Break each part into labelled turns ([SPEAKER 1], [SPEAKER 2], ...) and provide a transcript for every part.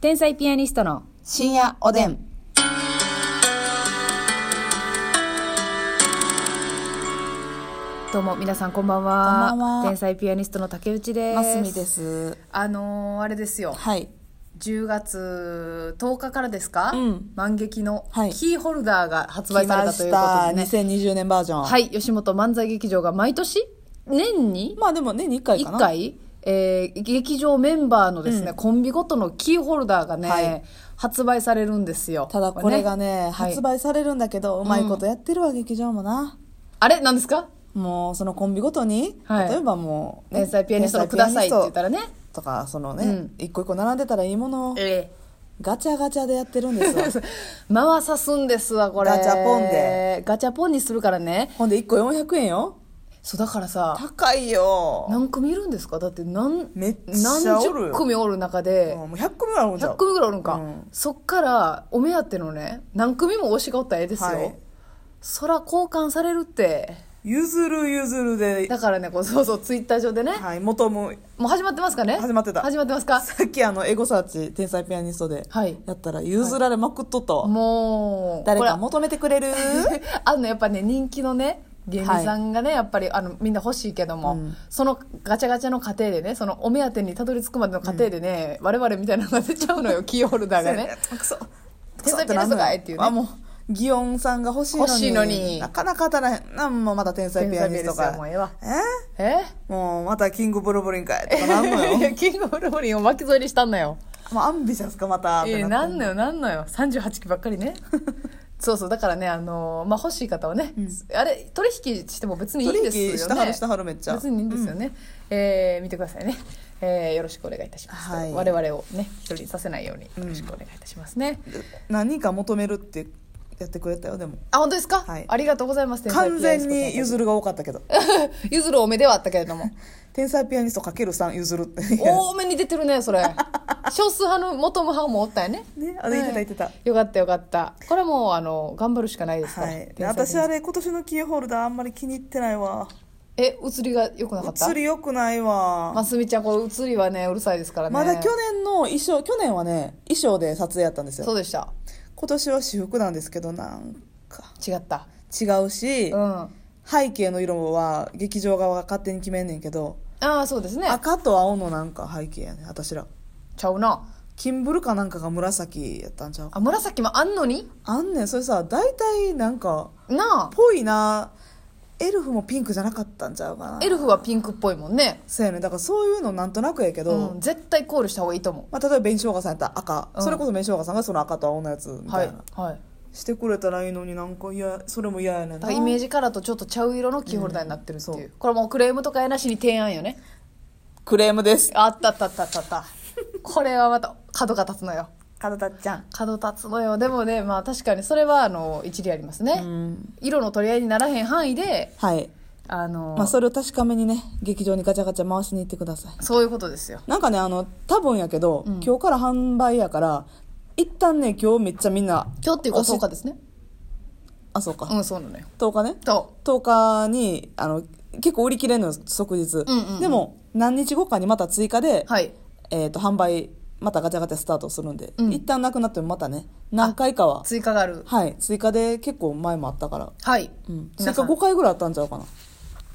[SPEAKER 1] 天才ピアニストの
[SPEAKER 2] 深夜おでん。
[SPEAKER 1] どうも皆さんこんばんは
[SPEAKER 2] こんばんは
[SPEAKER 1] 天才ピアニストの竹内です
[SPEAKER 2] ますみです。
[SPEAKER 1] あのーあれですよ
[SPEAKER 2] はい。
[SPEAKER 1] 10月10日からですか、
[SPEAKER 2] うん
[SPEAKER 1] 満劇の
[SPEAKER 2] はい
[SPEAKER 1] キーホルダーが発売
[SPEAKER 2] 来
[SPEAKER 1] された
[SPEAKER 2] ま
[SPEAKER 1] とい
[SPEAKER 2] し
[SPEAKER 1] うこ
[SPEAKER 2] た。
[SPEAKER 1] とでね、
[SPEAKER 2] 2020年バージョン。
[SPEAKER 1] はい吉本漫才劇場が毎年年に
[SPEAKER 2] まあでもね、2回か
[SPEAKER 1] 1
[SPEAKER 2] な。。
[SPEAKER 1] 回、えー劇場メンバーのですね、コンビごとのキーホルダーがね、
[SPEAKER 2] はい
[SPEAKER 1] 発売されるんですよ
[SPEAKER 2] ただこれがね、
[SPEAKER 1] はい
[SPEAKER 2] 発売されるんだけど、うまいことやってるわ、劇場もな。
[SPEAKER 1] あれなんですか
[SPEAKER 2] もう、そのコンビごとに、
[SPEAKER 1] はい
[SPEAKER 2] 例えばもう、ね
[SPEAKER 1] 天才ピアニストのくださいって言ったらね
[SPEAKER 2] とか、そのね、
[SPEAKER 1] うん
[SPEAKER 2] 一個一個並んでたらいいものを、
[SPEAKER 1] ええ
[SPEAKER 2] ガチャガチャでやってるんですよ。
[SPEAKER 1] 回さすんですわこれ
[SPEAKER 2] ガチャポンで
[SPEAKER 1] ガチャポンにするからね
[SPEAKER 2] ほんで、一個400円よ。
[SPEAKER 1] そうだからさ
[SPEAKER 2] 高いよ。
[SPEAKER 1] 何組いるんですかだって何
[SPEAKER 2] めっちゃおる
[SPEAKER 1] 何十組おる中で
[SPEAKER 2] うんもう100個ぐらいあるんじゃ
[SPEAKER 1] 100
[SPEAKER 2] う
[SPEAKER 1] 組ぐらいおるんか、
[SPEAKER 2] うん
[SPEAKER 1] そっからお目当てのね何組も推しがおったらええですよ、
[SPEAKER 2] はい
[SPEAKER 1] そら交換されるって
[SPEAKER 2] 譲る譲るで、
[SPEAKER 1] だからねこうそうそうツイッター上でね、
[SPEAKER 2] はい、元も
[SPEAKER 1] もう始まってますかね
[SPEAKER 2] 始まってた
[SPEAKER 1] 始まってますか
[SPEAKER 2] さっきあのエゴサーチ天才ピアニストで
[SPEAKER 1] はい
[SPEAKER 2] やったら譲られまくっとったわ、
[SPEAKER 1] もう
[SPEAKER 2] 誰か
[SPEAKER 1] も
[SPEAKER 2] 求めてくれる
[SPEAKER 1] あのやっぱね人気のね芸人さんがね、やっぱりあのみんな欲しいけども、
[SPEAKER 2] うん
[SPEAKER 1] そのガチャガチャの過程でねそのお目当てにたどり着くまでの過程でね、我々みたいなのが出ちゃうのよキーホルダーがね
[SPEAKER 2] クソ
[SPEAKER 1] 天才ピアニストがえっていうね
[SPEAKER 2] あもう祇園さんが欲しいのに
[SPEAKER 1] 欲しいのに
[SPEAKER 2] なかなか当たらへんなんもまた天才ピアニスト
[SPEAKER 1] 天才ピアニスト
[SPEAKER 2] か
[SPEAKER 1] もうええわ
[SPEAKER 2] え
[SPEAKER 1] え
[SPEAKER 2] もうまたキングブルブリンかいとかなん の
[SPEAKER 1] い
[SPEAKER 2] よ
[SPEAKER 1] やキングオルフリンを巻き添えにしたんだよ
[SPEAKER 2] もうアンビシャスかまたっ
[SPEAKER 1] い
[SPEAKER 2] て
[SPEAKER 1] や
[SPEAKER 2] な
[SPEAKER 1] な
[SPEAKER 2] って
[SPEAKER 1] んのよなんのよ38期ばっかり ねそうそうだからね、あのーまあ、欲しい方はね、あれ取引しても別にいいんですよね
[SPEAKER 2] 取引したはるしたはるめっちゃ
[SPEAKER 1] 別にいいんですよね、えー見てくださいね、えーよろしくお願いいたします、
[SPEAKER 2] はい
[SPEAKER 1] 我々をね一人にさせないようによろしくお願いいたしますね、
[SPEAKER 2] 何人か求めるってやってくれたよでも
[SPEAKER 1] あ本当ですか、
[SPEAKER 2] はい
[SPEAKER 1] ありがとうございます
[SPEAKER 2] 完全に
[SPEAKER 1] 譲
[SPEAKER 2] 譲るが多かったけど
[SPEAKER 1] 譲るおめではあったけれ ども
[SPEAKER 2] 天才ピアニストかける3譲るっていうやつ
[SPEAKER 1] 多めに出てるねそれ少数派の求む派もおったよね
[SPEAKER 2] ねあ言ってた言ってた
[SPEAKER 1] はいよかったよかったこれはもうあの頑張るしかないですから、
[SPEAKER 2] はい、で
[SPEAKER 1] 天才ピアニス
[SPEAKER 2] 私
[SPEAKER 1] ト
[SPEAKER 2] あれ今年のキーホルダーあんまり気に入ってないわ
[SPEAKER 1] え映りが良くなかった
[SPEAKER 2] 釣り良くないわ、
[SPEAKER 1] ますみちゃんこれ映りはねうるさいですからね
[SPEAKER 2] まだ去年の衣装去年はね衣装で撮影やったんです
[SPEAKER 1] そ
[SPEAKER 2] よ
[SPEAKER 1] うでした
[SPEAKER 2] 今年は私服なんですけどなんか
[SPEAKER 1] 違った
[SPEAKER 2] 違うし、
[SPEAKER 1] うんあ
[SPEAKER 2] 背景の色は劇場側が勝手に決めんねんけど
[SPEAKER 1] あーそうですね
[SPEAKER 2] 赤と青のなんか背景やね私ら
[SPEAKER 1] ちゃうな
[SPEAKER 2] キンブルかなんかが紫やったんちゃう
[SPEAKER 1] あ紫もあんのに
[SPEAKER 2] あんねんそれさ大体なんか
[SPEAKER 1] な
[SPEAKER 2] ぽいなエルフもピンクじゃなかったんちゃうか
[SPEAKER 1] あ
[SPEAKER 2] な
[SPEAKER 1] エルフはピンクっぽいもんね
[SPEAKER 2] そうやねだからそういうのなんとなくやけど、
[SPEAKER 1] うん絶対コールした方がいいと思
[SPEAKER 2] まあ、例えば紅生姜さんやったら赤、
[SPEAKER 1] うん
[SPEAKER 2] それこそ紅生姜さんがその赤と青のやつみ
[SPEAKER 1] う
[SPEAKER 2] た
[SPEAKER 1] はいい
[SPEAKER 2] な、
[SPEAKER 1] はい
[SPEAKER 2] してくれたらいいのになんかいやそれも嫌やねん
[SPEAKER 1] だ
[SPEAKER 2] な
[SPEAKER 1] からイメージカラーとちょっとちゃう色のキーホルダーになってるっていう,、
[SPEAKER 2] うんそう
[SPEAKER 1] これもうクレームとかやなしに提案よね
[SPEAKER 2] クレームです
[SPEAKER 1] あったあったあったあったあった これはまた角が立つのよ
[SPEAKER 2] 角田ちゃん
[SPEAKER 1] 角立つのよでもねまあ確かにそれはあの一理ありますね、
[SPEAKER 2] うん
[SPEAKER 1] 色の取り合いにならへん範囲で
[SPEAKER 2] はい、
[SPEAKER 1] あの、
[SPEAKER 2] まあ、それを確かめにね劇場にガチャガチャ回しに行ってください
[SPEAKER 1] そういうことですよ
[SPEAKER 2] なんかねあの多分やけど、
[SPEAKER 1] うん
[SPEAKER 2] 今日から販売やから一旦ね今日めっちゃみんな
[SPEAKER 1] 今日っていうか
[SPEAKER 2] おし
[SPEAKER 1] 10日ですね
[SPEAKER 2] あそうか、
[SPEAKER 1] うんそうなのよ
[SPEAKER 2] 10日ね
[SPEAKER 1] と
[SPEAKER 2] 10日にあの結構売り切れんのよ即日、
[SPEAKER 1] んうんうん
[SPEAKER 2] でも何日後かにまた追加で、
[SPEAKER 1] はい
[SPEAKER 2] えー、と販売またガチャガチャスタートするんで、
[SPEAKER 1] うん
[SPEAKER 2] 一旦なくなってもまたね何回かは
[SPEAKER 1] 追加がある
[SPEAKER 2] はい追加で結構前もあったから、
[SPEAKER 1] はい、
[SPEAKER 2] うん、追
[SPEAKER 1] 皆
[SPEAKER 2] 加
[SPEAKER 1] さん
[SPEAKER 2] 5回ぐらいあったんちゃうかな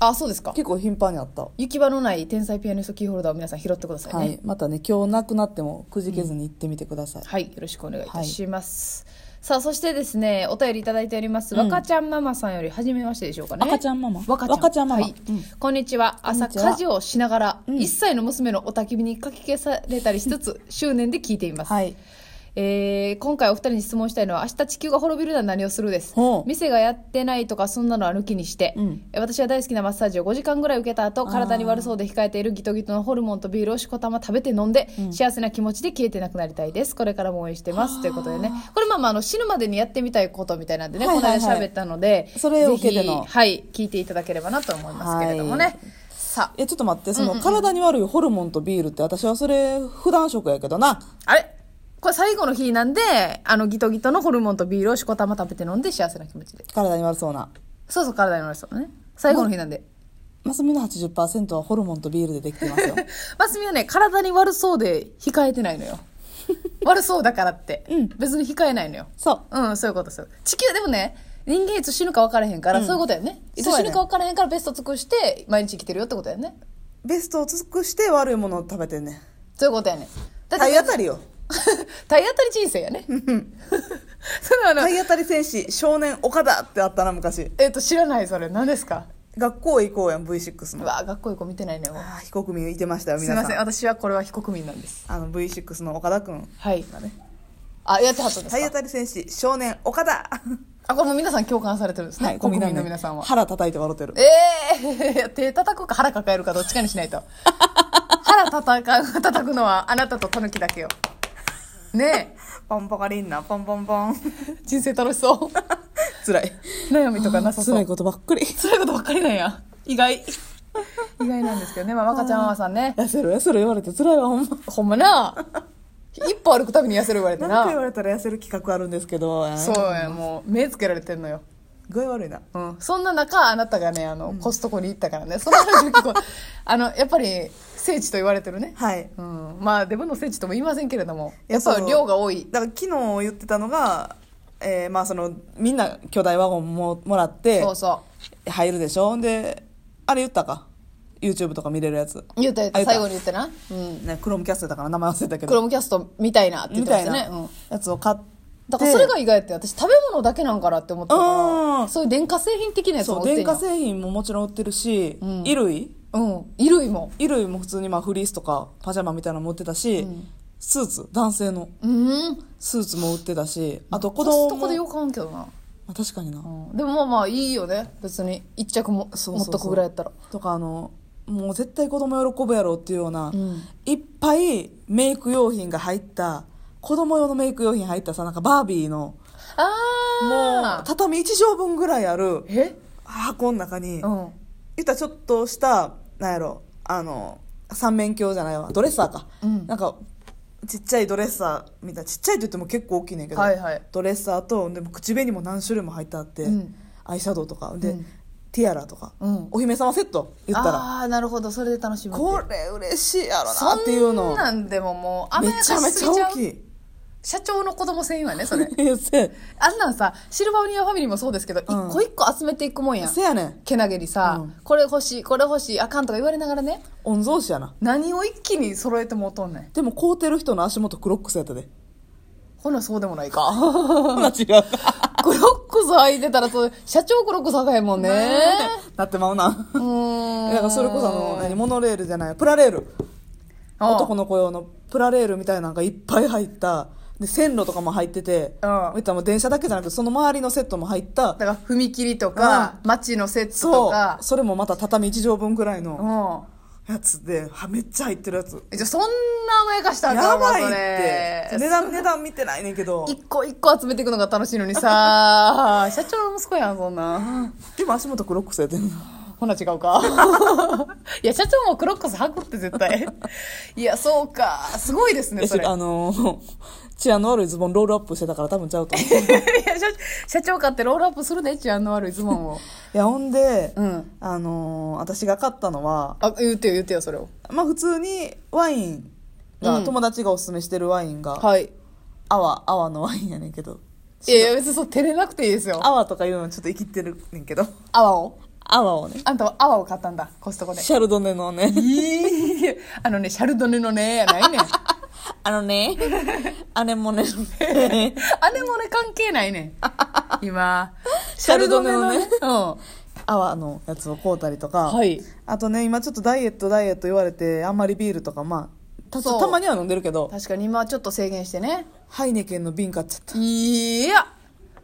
[SPEAKER 1] あそうですか
[SPEAKER 2] 結構頻繁にあった、
[SPEAKER 1] 行き場のない天才ピアニストキーホルダーを皆さん拾ってくださいね
[SPEAKER 2] は
[SPEAKER 1] はいい、、
[SPEAKER 2] またね今日なくなってもくじけずに行ってみてください、
[SPEAKER 1] よろしくお願いいたします、さあそしてですねお便りいただいております、若ちゃんママさんより初めましてでしょうかね
[SPEAKER 2] 赤ちゃんママ
[SPEAKER 1] 若ちゃん
[SPEAKER 2] 若ちゃんママ、
[SPEAKER 1] はい
[SPEAKER 2] うん
[SPEAKER 1] こんにちは
[SPEAKER 2] んに
[SPEAKER 1] 朝
[SPEAKER 2] ちは
[SPEAKER 1] 家事をしながら、一1歳の娘のお焚き火にかき消されたりしつつ執念で聞いています、
[SPEAKER 2] はい
[SPEAKER 1] えー今回お二人に質問したいのは明日地球が滅びるなら何をするです
[SPEAKER 2] ほう
[SPEAKER 1] 店がやってないとかそんなのは抜きにして、
[SPEAKER 2] うん
[SPEAKER 1] え私は大好きなマッサージを5時間ぐらい受けた後体に悪そうで控えているギトギトのホルモンとビールをしこたま食べて飲んで、幸せな気持ちで消えてなくなりたいですこれからも応援してますということでねこれまあまああの死ぬまでにやってみたいことみたいなんでね、
[SPEAKER 2] はいはいはい
[SPEAKER 1] この間喋ったので
[SPEAKER 2] それを受けて
[SPEAKER 1] ぜ
[SPEAKER 2] の
[SPEAKER 1] ひはい聞いていただければなと思いますけれどもね、
[SPEAKER 2] はい
[SPEAKER 1] さあ
[SPEAKER 2] えちょっと待ってその、体に悪いホルモンとビールって私はそれ普段食やけどな
[SPEAKER 1] あれこれ最後の日なんであのギトギトのホルモンとビールをしこたま食べて飲んで幸せな気持ちで
[SPEAKER 2] 体に悪そうな
[SPEAKER 1] そうそう、体に悪そうね。最後の日なんで。
[SPEAKER 2] マスミの80%はホルモンとビールでできてますよ
[SPEAKER 1] マスミはね、体に悪そうで控えてないのよ。悪そうだからって、別に控えないのよ
[SPEAKER 2] そう
[SPEAKER 1] うんそういうことそういうこと地球でもね人間いつ死ぬか分からへんから、そういうことやねいつ
[SPEAKER 2] そうや
[SPEAKER 1] 死
[SPEAKER 2] ね
[SPEAKER 1] ぬか分からへんからベスト尽くして毎日生きてるよってことやね
[SPEAKER 2] ベストを尽くして悪いものを食べてんねん
[SPEAKER 1] そういうことやねだって
[SPEAKER 2] 体当たりよ
[SPEAKER 1] 体当たり人生やね そのあの、
[SPEAKER 2] 体当たり戦士少年岡田ってあったな昔
[SPEAKER 1] えっ、と知らないそれ何ですか
[SPEAKER 2] 学校へ行こうやん V6
[SPEAKER 1] う
[SPEAKER 2] の
[SPEAKER 1] わ学校行こう見てないねもう
[SPEAKER 2] ああ非国民いてましたよ
[SPEAKER 1] すい
[SPEAKER 2] 皆さ
[SPEAKER 1] ま
[SPEAKER 2] ん
[SPEAKER 1] せん私はこれは非国民なんです
[SPEAKER 2] あの V6 の岡田君
[SPEAKER 1] はい
[SPEAKER 2] がね
[SPEAKER 1] あやってはったんです
[SPEAKER 2] 体
[SPEAKER 1] か
[SPEAKER 2] 当たり戦士少年岡田
[SPEAKER 1] あこれもう皆さん共感されてるんですね、 国民の皆さんは
[SPEAKER 2] 腹叩いて笑ってる
[SPEAKER 1] ええ手叩くか腹抱えるかどっちかにしないと腹叩か叩くのはあなたとタヌキだけよね
[SPEAKER 2] パンパカリンナパンパンパン
[SPEAKER 1] え人生楽しそう
[SPEAKER 2] 辛い
[SPEAKER 1] 悩みとかなさそう
[SPEAKER 2] 辛いことばっかり
[SPEAKER 1] 辛いことばっかりなんや意外意外なんですけどね、まあ、若ちゃんママさんね
[SPEAKER 2] 痩せろ痩せろ言われて辛いわほんま
[SPEAKER 1] ほんまな一歩歩くたびに痩せる言われて
[SPEAKER 2] 何か言
[SPEAKER 1] な
[SPEAKER 2] われたら痩せる企画あるんですけど
[SPEAKER 1] そうやもう目つけられてんのよ
[SPEAKER 2] 具合悪いな
[SPEAKER 1] うん、そんな中あなたがねあの、コストコに行ったからねその話を聞こう あのやっぱり聖地と言われてるね、
[SPEAKER 2] はい
[SPEAKER 1] うん、まあデブの聖地とも言いませんけれども
[SPEAKER 2] いや
[SPEAKER 1] やっぱ
[SPEAKER 2] そう
[SPEAKER 1] 量が多い
[SPEAKER 2] だから昨日言ってたのが、えーまあそのみんな巨大ワゴンももらって
[SPEAKER 1] そうそ
[SPEAKER 2] 入るでしょであれ言ったか YouTube とか見れるやつ
[SPEAKER 1] う言うた言う
[SPEAKER 2] あ
[SPEAKER 1] た
[SPEAKER 2] 言った
[SPEAKER 1] 最後に言ってな、うん、
[SPEAKER 2] ねクロームキャストだから名前忘れたけ
[SPEAKER 1] クロ
[SPEAKER 2] ど
[SPEAKER 1] ムキャストみたいなって言
[SPEAKER 2] み
[SPEAKER 1] ってま
[SPEAKER 2] た
[SPEAKER 1] し
[SPEAKER 2] い
[SPEAKER 1] たね、う、
[SPEAKER 2] なんやつを買って
[SPEAKER 1] だからそれが意外って私食べ物だけなんかなって思ってたか
[SPEAKER 2] う
[SPEAKER 1] ら
[SPEAKER 2] ん
[SPEAKER 1] そういう電化製品的なやつ
[SPEAKER 2] そ
[SPEAKER 1] も売っ
[SPEAKER 2] う
[SPEAKER 1] てん
[SPEAKER 2] 電
[SPEAKER 1] や
[SPEAKER 2] 化製品ももちろん売ってるし、衣類
[SPEAKER 1] うん衣類も
[SPEAKER 2] 衣類も普通にまあフリースとかパジャマみたいなのも売ってたし、スーツ男性の
[SPEAKER 1] うん
[SPEAKER 2] スーツも売ってたしあと子
[SPEAKER 1] コス
[SPEAKER 2] 供
[SPEAKER 1] ト
[SPEAKER 2] も
[SPEAKER 1] コでよく買うんけどな、
[SPEAKER 2] まあ確かにな、
[SPEAKER 1] うん、でもまあまあいいよね別に一着も
[SPEAKER 2] そうそうそう
[SPEAKER 1] 持っとくぐらいやったら
[SPEAKER 2] とかあのもう絶対子供喜ぶやろうっていうような、
[SPEAKER 1] ん
[SPEAKER 2] いっぱいメイク用品が入った子供用のメイク用品入ったさなんかバービーのも
[SPEAKER 1] あ
[SPEAKER 2] う
[SPEAKER 1] あ
[SPEAKER 2] 畳1畳分ぐらいある
[SPEAKER 1] え
[SPEAKER 2] 箱の中に、
[SPEAKER 1] うん
[SPEAKER 2] 言ったらちょっとしたなんやろあの三面鏡じゃないわドレッサーか、
[SPEAKER 1] うん
[SPEAKER 2] なんかちっちゃいドレッサーみたいなちっちゃいと言っても結構大きいねんけど、
[SPEAKER 1] はいはい
[SPEAKER 2] ドレッサーとでも口紅も何種類も入ってあって、
[SPEAKER 1] うん
[SPEAKER 2] アイシャドウとかで、
[SPEAKER 1] うん
[SPEAKER 2] ティアラとか、
[SPEAKER 1] うん
[SPEAKER 2] お姫様セット言ったら
[SPEAKER 1] ああーなるほどそれで楽しむっていう
[SPEAKER 2] これ嬉しいやろなっていうの
[SPEAKER 1] そんなんでももう甘
[SPEAKER 2] め
[SPEAKER 1] やか
[SPEAKER 2] ちゃ
[SPEAKER 1] し
[SPEAKER 2] め
[SPEAKER 1] す
[SPEAKER 2] ち
[SPEAKER 1] ぎ
[SPEAKER 2] ゃ
[SPEAKER 1] ちゃ
[SPEAKER 2] 大
[SPEAKER 1] う
[SPEAKER 2] きい
[SPEAKER 1] 社長の子供専用やねそれ
[SPEAKER 2] いや せ
[SPEAKER 1] あんなんさシルバーウニアファミリーもそうですけど、
[SPEAKER 2] ん
[SPEAKER 1] 一個一個集めていくもんやん
[SPEAKER 2] せやねん
[SPEAKER 1] けなげにさ、
[SPEAKER 2] うん
[SPEAKER 1] これ欲しいこれ欲しいあかんとか言われながらね
[SPEAKER 2] 御曹司やな
[SPEAKER 1] 何を一気に揃えてもうとんねん
[SPEAKER 2] でも買うてる人の足元クロックスやったで
[SPEAKER 1] ほなそうでもないか
[SPEAKER 2] ほら違うか
[SPEAKER 1] クロックス履いてたらそう社長クロックス履かへんもんね
[SPEAKER 2] なってまうな
[SPEAKER 1] うーん
[SPEAKER 2] だからそれこそあの何モノレールじゃないプラレール男
[SPEAKER 1] の
[SPEAKER 2] の子用のプラレールみたいなのがいっぱい入ったで線路とかも入ってて、
[SPEAKER 1] うん
[SPEAKER 2] 言ったらもう電車だけじゃなくてその周りのセットも入った
[SPEAKER 1] だから踏切とか、街のセットと
[SPEAKER 2] そ
[SPEAKER 1] か
[SPEAKER 2] うそれもまた畳1畳分ぐらいの
[SPEAKER 1] うん
[SPEAKER 2] やつではめっちゃ入ってるやつ
[SPEAKER 1] じゃあそんな甘やかしたんだ
[SPEAKER 2] や
[SPEAKER 1] ろ
[SPEAKER 2] ばい
[SPEAKER 1] ま
[SPEAKER 2] って
[SPEAKER 1] ず
[SPEAKER 2] 値段値段見てないねんけど
[SPEAKER 1] 一個一個集めていくのが楽しいのにさ 社長の息子やんそんな
[SPEAKER 2] でも足元クロックスやってる
[SPEAKER 1] ほな違うか いや社長もクロックス履くって絶対 いやそうかすごいですね
[SPEAKER 2] え
[SPEAKER 1] それい
[SPEAKER 2] あ
[SPEAKER 1] や
[SPEAKER 2] の ー治安の悪いズボンロールアップしてたから多分ちゃ うと思う
[SPEAKER 1] 社社長買ってロールアップするね治安の悪いズボンを
[SPEAKER 2] いやほんで、
[SPEAKER 1] うん
[SPEAKER 2] あのー私が買ったのは
[SPEAKER 1] あ言うてよ言うてよそれを
[SPEAKER 2] まあ普通にワインが、
[SPEAKER 1] うん
[SPEAKER 2] 友達がおすすめしてるワインが
[SPEAKER 1] はい
[SPEAKER 2] 泡泡のワインやねんけど
[SPEAKER 1] いやいや別にそう照れなくていいですよ
[SPEAKER 2] 泡とかいうのちょっと生きてるねんけど
[SPEAKER 1] 泡を
[SPEAKER 2] 泡をね
[SPEAKER 1] あんたは泡を買ったんだコストコで
[SPEAKER 2] シャルドネ のね
[SPEAKER 1] いいあのねシャルドネのねやないねん
[SPEAKER 2] あのね あれ もね
[SPEAKER 1] あれもね関係ないね ん今
[SPEAKER 2] シャルドネのね
[SPEAKER 1] うんは
[SPEAKER 2] 泡のやつを買うたりとか、
[SPEAKER 1] い
[SPEAKER 2] あとね今ちょっとダイエットダイエット言われてあんまりビールとかまあた
[SPEAKER 1] そう
[SPEAKER 2] たまには飲んでるけど
[SPEAKER 1] 確かに今はちょっと制限してね
[SPEAKER 2] ハイネケンの瓶買っちゃった
[SPEAKER 1] いや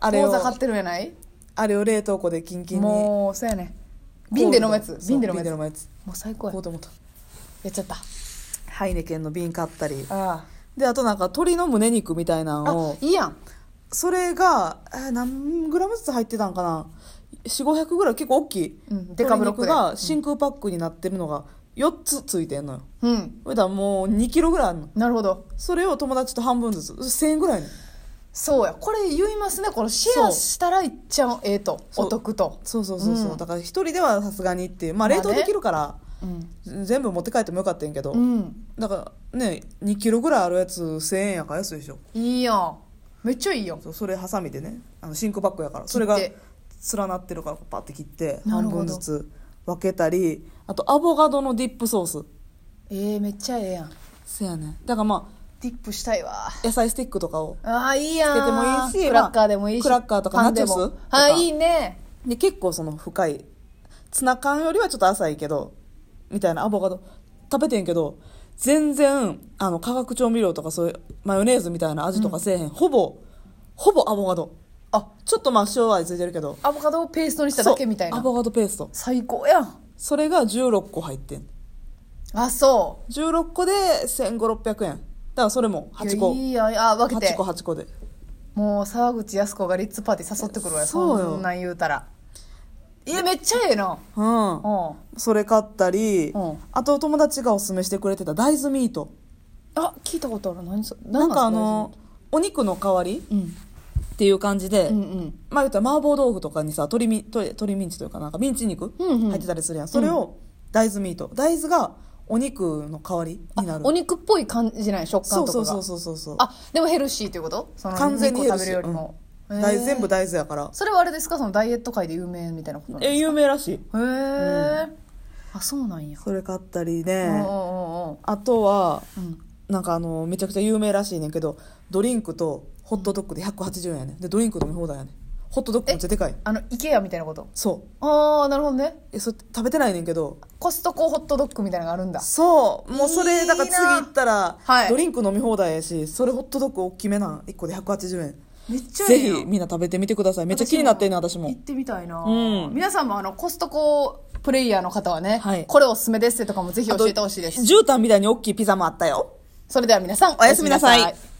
[SPEAKER 2] あれを
[SPEAKER 1] 口座買ってるんやない
[SPEAKER 2] あれを冷凍庫でキンキンに
[SPEAKER 1] もうそうやね瓶で飲むやつ
[SPEAKER 2] そう
[SPEAKER 1] 瓶で飲むやつも
[SPEAKER 2] むやつ
[SPEAKER 1] う最高や
[SPEAKER 2] 買おうと思った
[SPEAKER 1] やっちゃった
[SPEAKER 2] ハイネケンの瓶買ったり
[SPEAKER 1] あ
[SPEAKER 2] であとなんか鶏の胸肉みたいな
[SPEAKER 1] あ
[SPEAKER 2] のを
[SPEAKER 1] いいやん
[SPEAKER 2] それが、えー何グラムずつ入ってたんかな4500ぐらい結構大きい、
[SPEAKER 1] うんデカブロックで
[SPEAKER 2] 鶏肉が真空パックになってるのが4つついてんのよ
[SPEAKER 1] うん
[SPEAKER 2] それだからもう2キロぐらいあるの
[SPEAKER 1] なるほど
[SPEAKER 2] それを友達と半分ずつ1000円ぐらいね
[SPEAKER 1] そうやこれ言いますねこのシェアしたらいっちゃええと
[SPEAKER 2] そう
[SPEAKER 1] お得と
[SPEAKER 2] そうそうそうそう、
[SPEAKER 1] うん
[SPEAKER 2] だから一人ではさすがにっていうまあ
[SPEAKER 1] まあ
[SPEAKER 2] 冷
[SPEAKER 1] ね
[SPEAKER 2] 凍できるから
[SPEAKER 1] うん
[SPEAKER 2] 全部持って帰ってもよかったんやけど、
[SPEAKER 1] うん
[SPEAKER 2] だからね2キロぐらいあるやつ1000円やから安いでしょ
[SPEAKER 1] いいやんめっちゃいいやん
[SPEAKER 2] そうそれハサミでねあの真空パックやからそれが
[SPEAKER 1] 切って
[SPEAKER 2] 連なってるからパッて切って
[SPEAKER 1] なるほ
[SPEAKER 2] 半
[SPEAKER 1] ど
[SPEAKER 2] 分ずつ分けたりあとアボカドのディップソース
[SPEAKER 1] えー、めっちゃええやん
[SPEAKER 2] せやねだからま
[SPEAKER 1] ディップしたいわ
[SPEAKER 2] あ野菜スティックとかを
[SPEAKER 1] ああいいやん
[SPEAKER 2] つけてもいいし
[SPEAKER 1] クラッカーでもいいし
[SPEAKER 2] まあクラッカーとか
[SPEAKER 1] パンでも
[SPEAKER 2] ナチョスと
[SPEAKER 1] あ
[SPEAKER 2] か
[SPEAKER 1] ーいいね
[SPEAKER 2] で結構その深いツナ缶よりはちょっと浅いけどみたいなアボカド食べてんけど全然あの化学調味料とかそういうマヨネーズみたいな味とかせえへん、ほぼほぼアボカド
[SPEAKER 1] あ
[SPEAKER 2] ちょっとまあ塩味ついてるけど
[SPEAKER 1] アボカドをペーストにしただけみたい
[SPEAKER 2] そうア
[SPEAKER 1] な
[SPEAKER 2] ボカドペースト
[SPEAKER 1] 最高やん
[SPEAKER 2] それが16個入ってん
[SPEAKER 1] あそ
[SPEAKER 2] 16個で1500600円だからそれも
[SPEAKER 1] う
[SPEAKER 2] 8個
[SPEAKER 1] いやいいやんあ分けて
[SPEAKER 2] 8個8個で
[SPEAKER 1] もう沢口靖子がリッツパーティー誘ってくるわよ
[SPEAKER 2] そうよ
[SPEAKER 1] んなん言うたらいやめっちゃええな
[SPEAKER 2] うん
[SPEAKER 1] うん
[SPEAKER 2] それ買ったり、
[SPEAKER 1] うん
[SPEAKER 2] あとお友達がおすすめしてくれてた大豆ミート
[SPEAKER 1] あ聞いたことある何そ
[SPEAKER 2] な
[SPEAKER 1] なん
[SPEAKER 2] かあのお肉の代わり
[SPEAKER 1] うん
[SPEAKER 2] っていう感じで、
[SPEAKER 1] うんうん
[SPEAKER 2] まあ言ったら麻婆豆腐とかにさ鶏み鶏鶏ミンチというかなんかミンチ肉
[SPEAKER 1] うんうん
[SPEAKER 2] 入ってたりするやん、それを大豆ミート大豆がお肉の代わりにな
[SPEAKER 1] あ
[SPEAKER 2] る
[SPEAKER 1] お肉っぽい感じない食
[SPEAKER 2] そ
[SPEAKER 1] 感と
[SPEAKER 2] う
[SPEAKER 1] かが
[SPEAKER 2] そうそうそうそうそう
[SPEAKER 1] あでもヘルシーということその
[SPEAKER 2] 完全にヘ
[SPEAKER 1] 肉を
[SPEAKER 2] ル
[SPEAKER 1] 食
[SPEAKER 2] シー
[SPEAKER 1] べるよりも、
[SPEAKER 2] 大
[SPEAKER 1] へ
[SPEAKER 2] 豆
[SPEAKER 1] ー
[SPEAKER 2] 全部大豆やから
[SPEAKER 1] それはあれですかそのダイエット界で有名みたいなことなんです
[SPEAKER 2] え有名らしい
[SPEAKER 1] かへえ、あそうなんや、
[SPEAKER 2] それ買ったり
[SPEAKER 1] う
[SPEAKER 2] ね
[SPEAKER 1] んうんうん
[SPEAKER 2] あとは
[SPEAKER 1] うん
[SPEAKER 2] なんかあのめちゃくちゃ有名らしいねんけどドリンクとホットドッグで180円やねんでドリンク飲み放題やねんホットドッグめっちゃでかい
[SPEAKER 1] あの IKEA みたいなこと
[SPEAKER 2] そう
[SPEAKER 1] ああなるほどね
[SPEAKER 2] えそれ食べてないねんけど
[SPEAKER 1] コストコホットドッグみたいなのがあるんだ
[SPEAKER 2] そうもうそ
[SPEAKER 1] いい
[SPEAKER 2] れ
[SPEAKER 1] な
[SPEAKER 2] だから次行ったら
[SPEAKER 1] はい
[SPEAKER 2] ドリンク飲み放題やしそれホットドッグ大きめなん1個で180円
[SPEAKER 1] めっちゃい
[SPEAKER 2] ぜ
[SPEAKER 1] いな
[SPEAKER 2] ひみんな食べてみてくださいめっちゃ気になってんね私も
[SPEAKER 1] 行ってみたいな、
[SPEAKER 2] うん
[SPEAKER 1] 皆さんもあのコストコプレイヤーの方はね、
[SPEAKER 2] はい
[SPEAKER 1] これおすすめですとかもぜひ教えてほしいです
[SPEAKER 2] 絨毯みたいに大きいピザもあったよ
[SPEAKER 1] それでは皆さん
[SPEAKER 2] おやすみなさい
[SPEAKER 1] おやす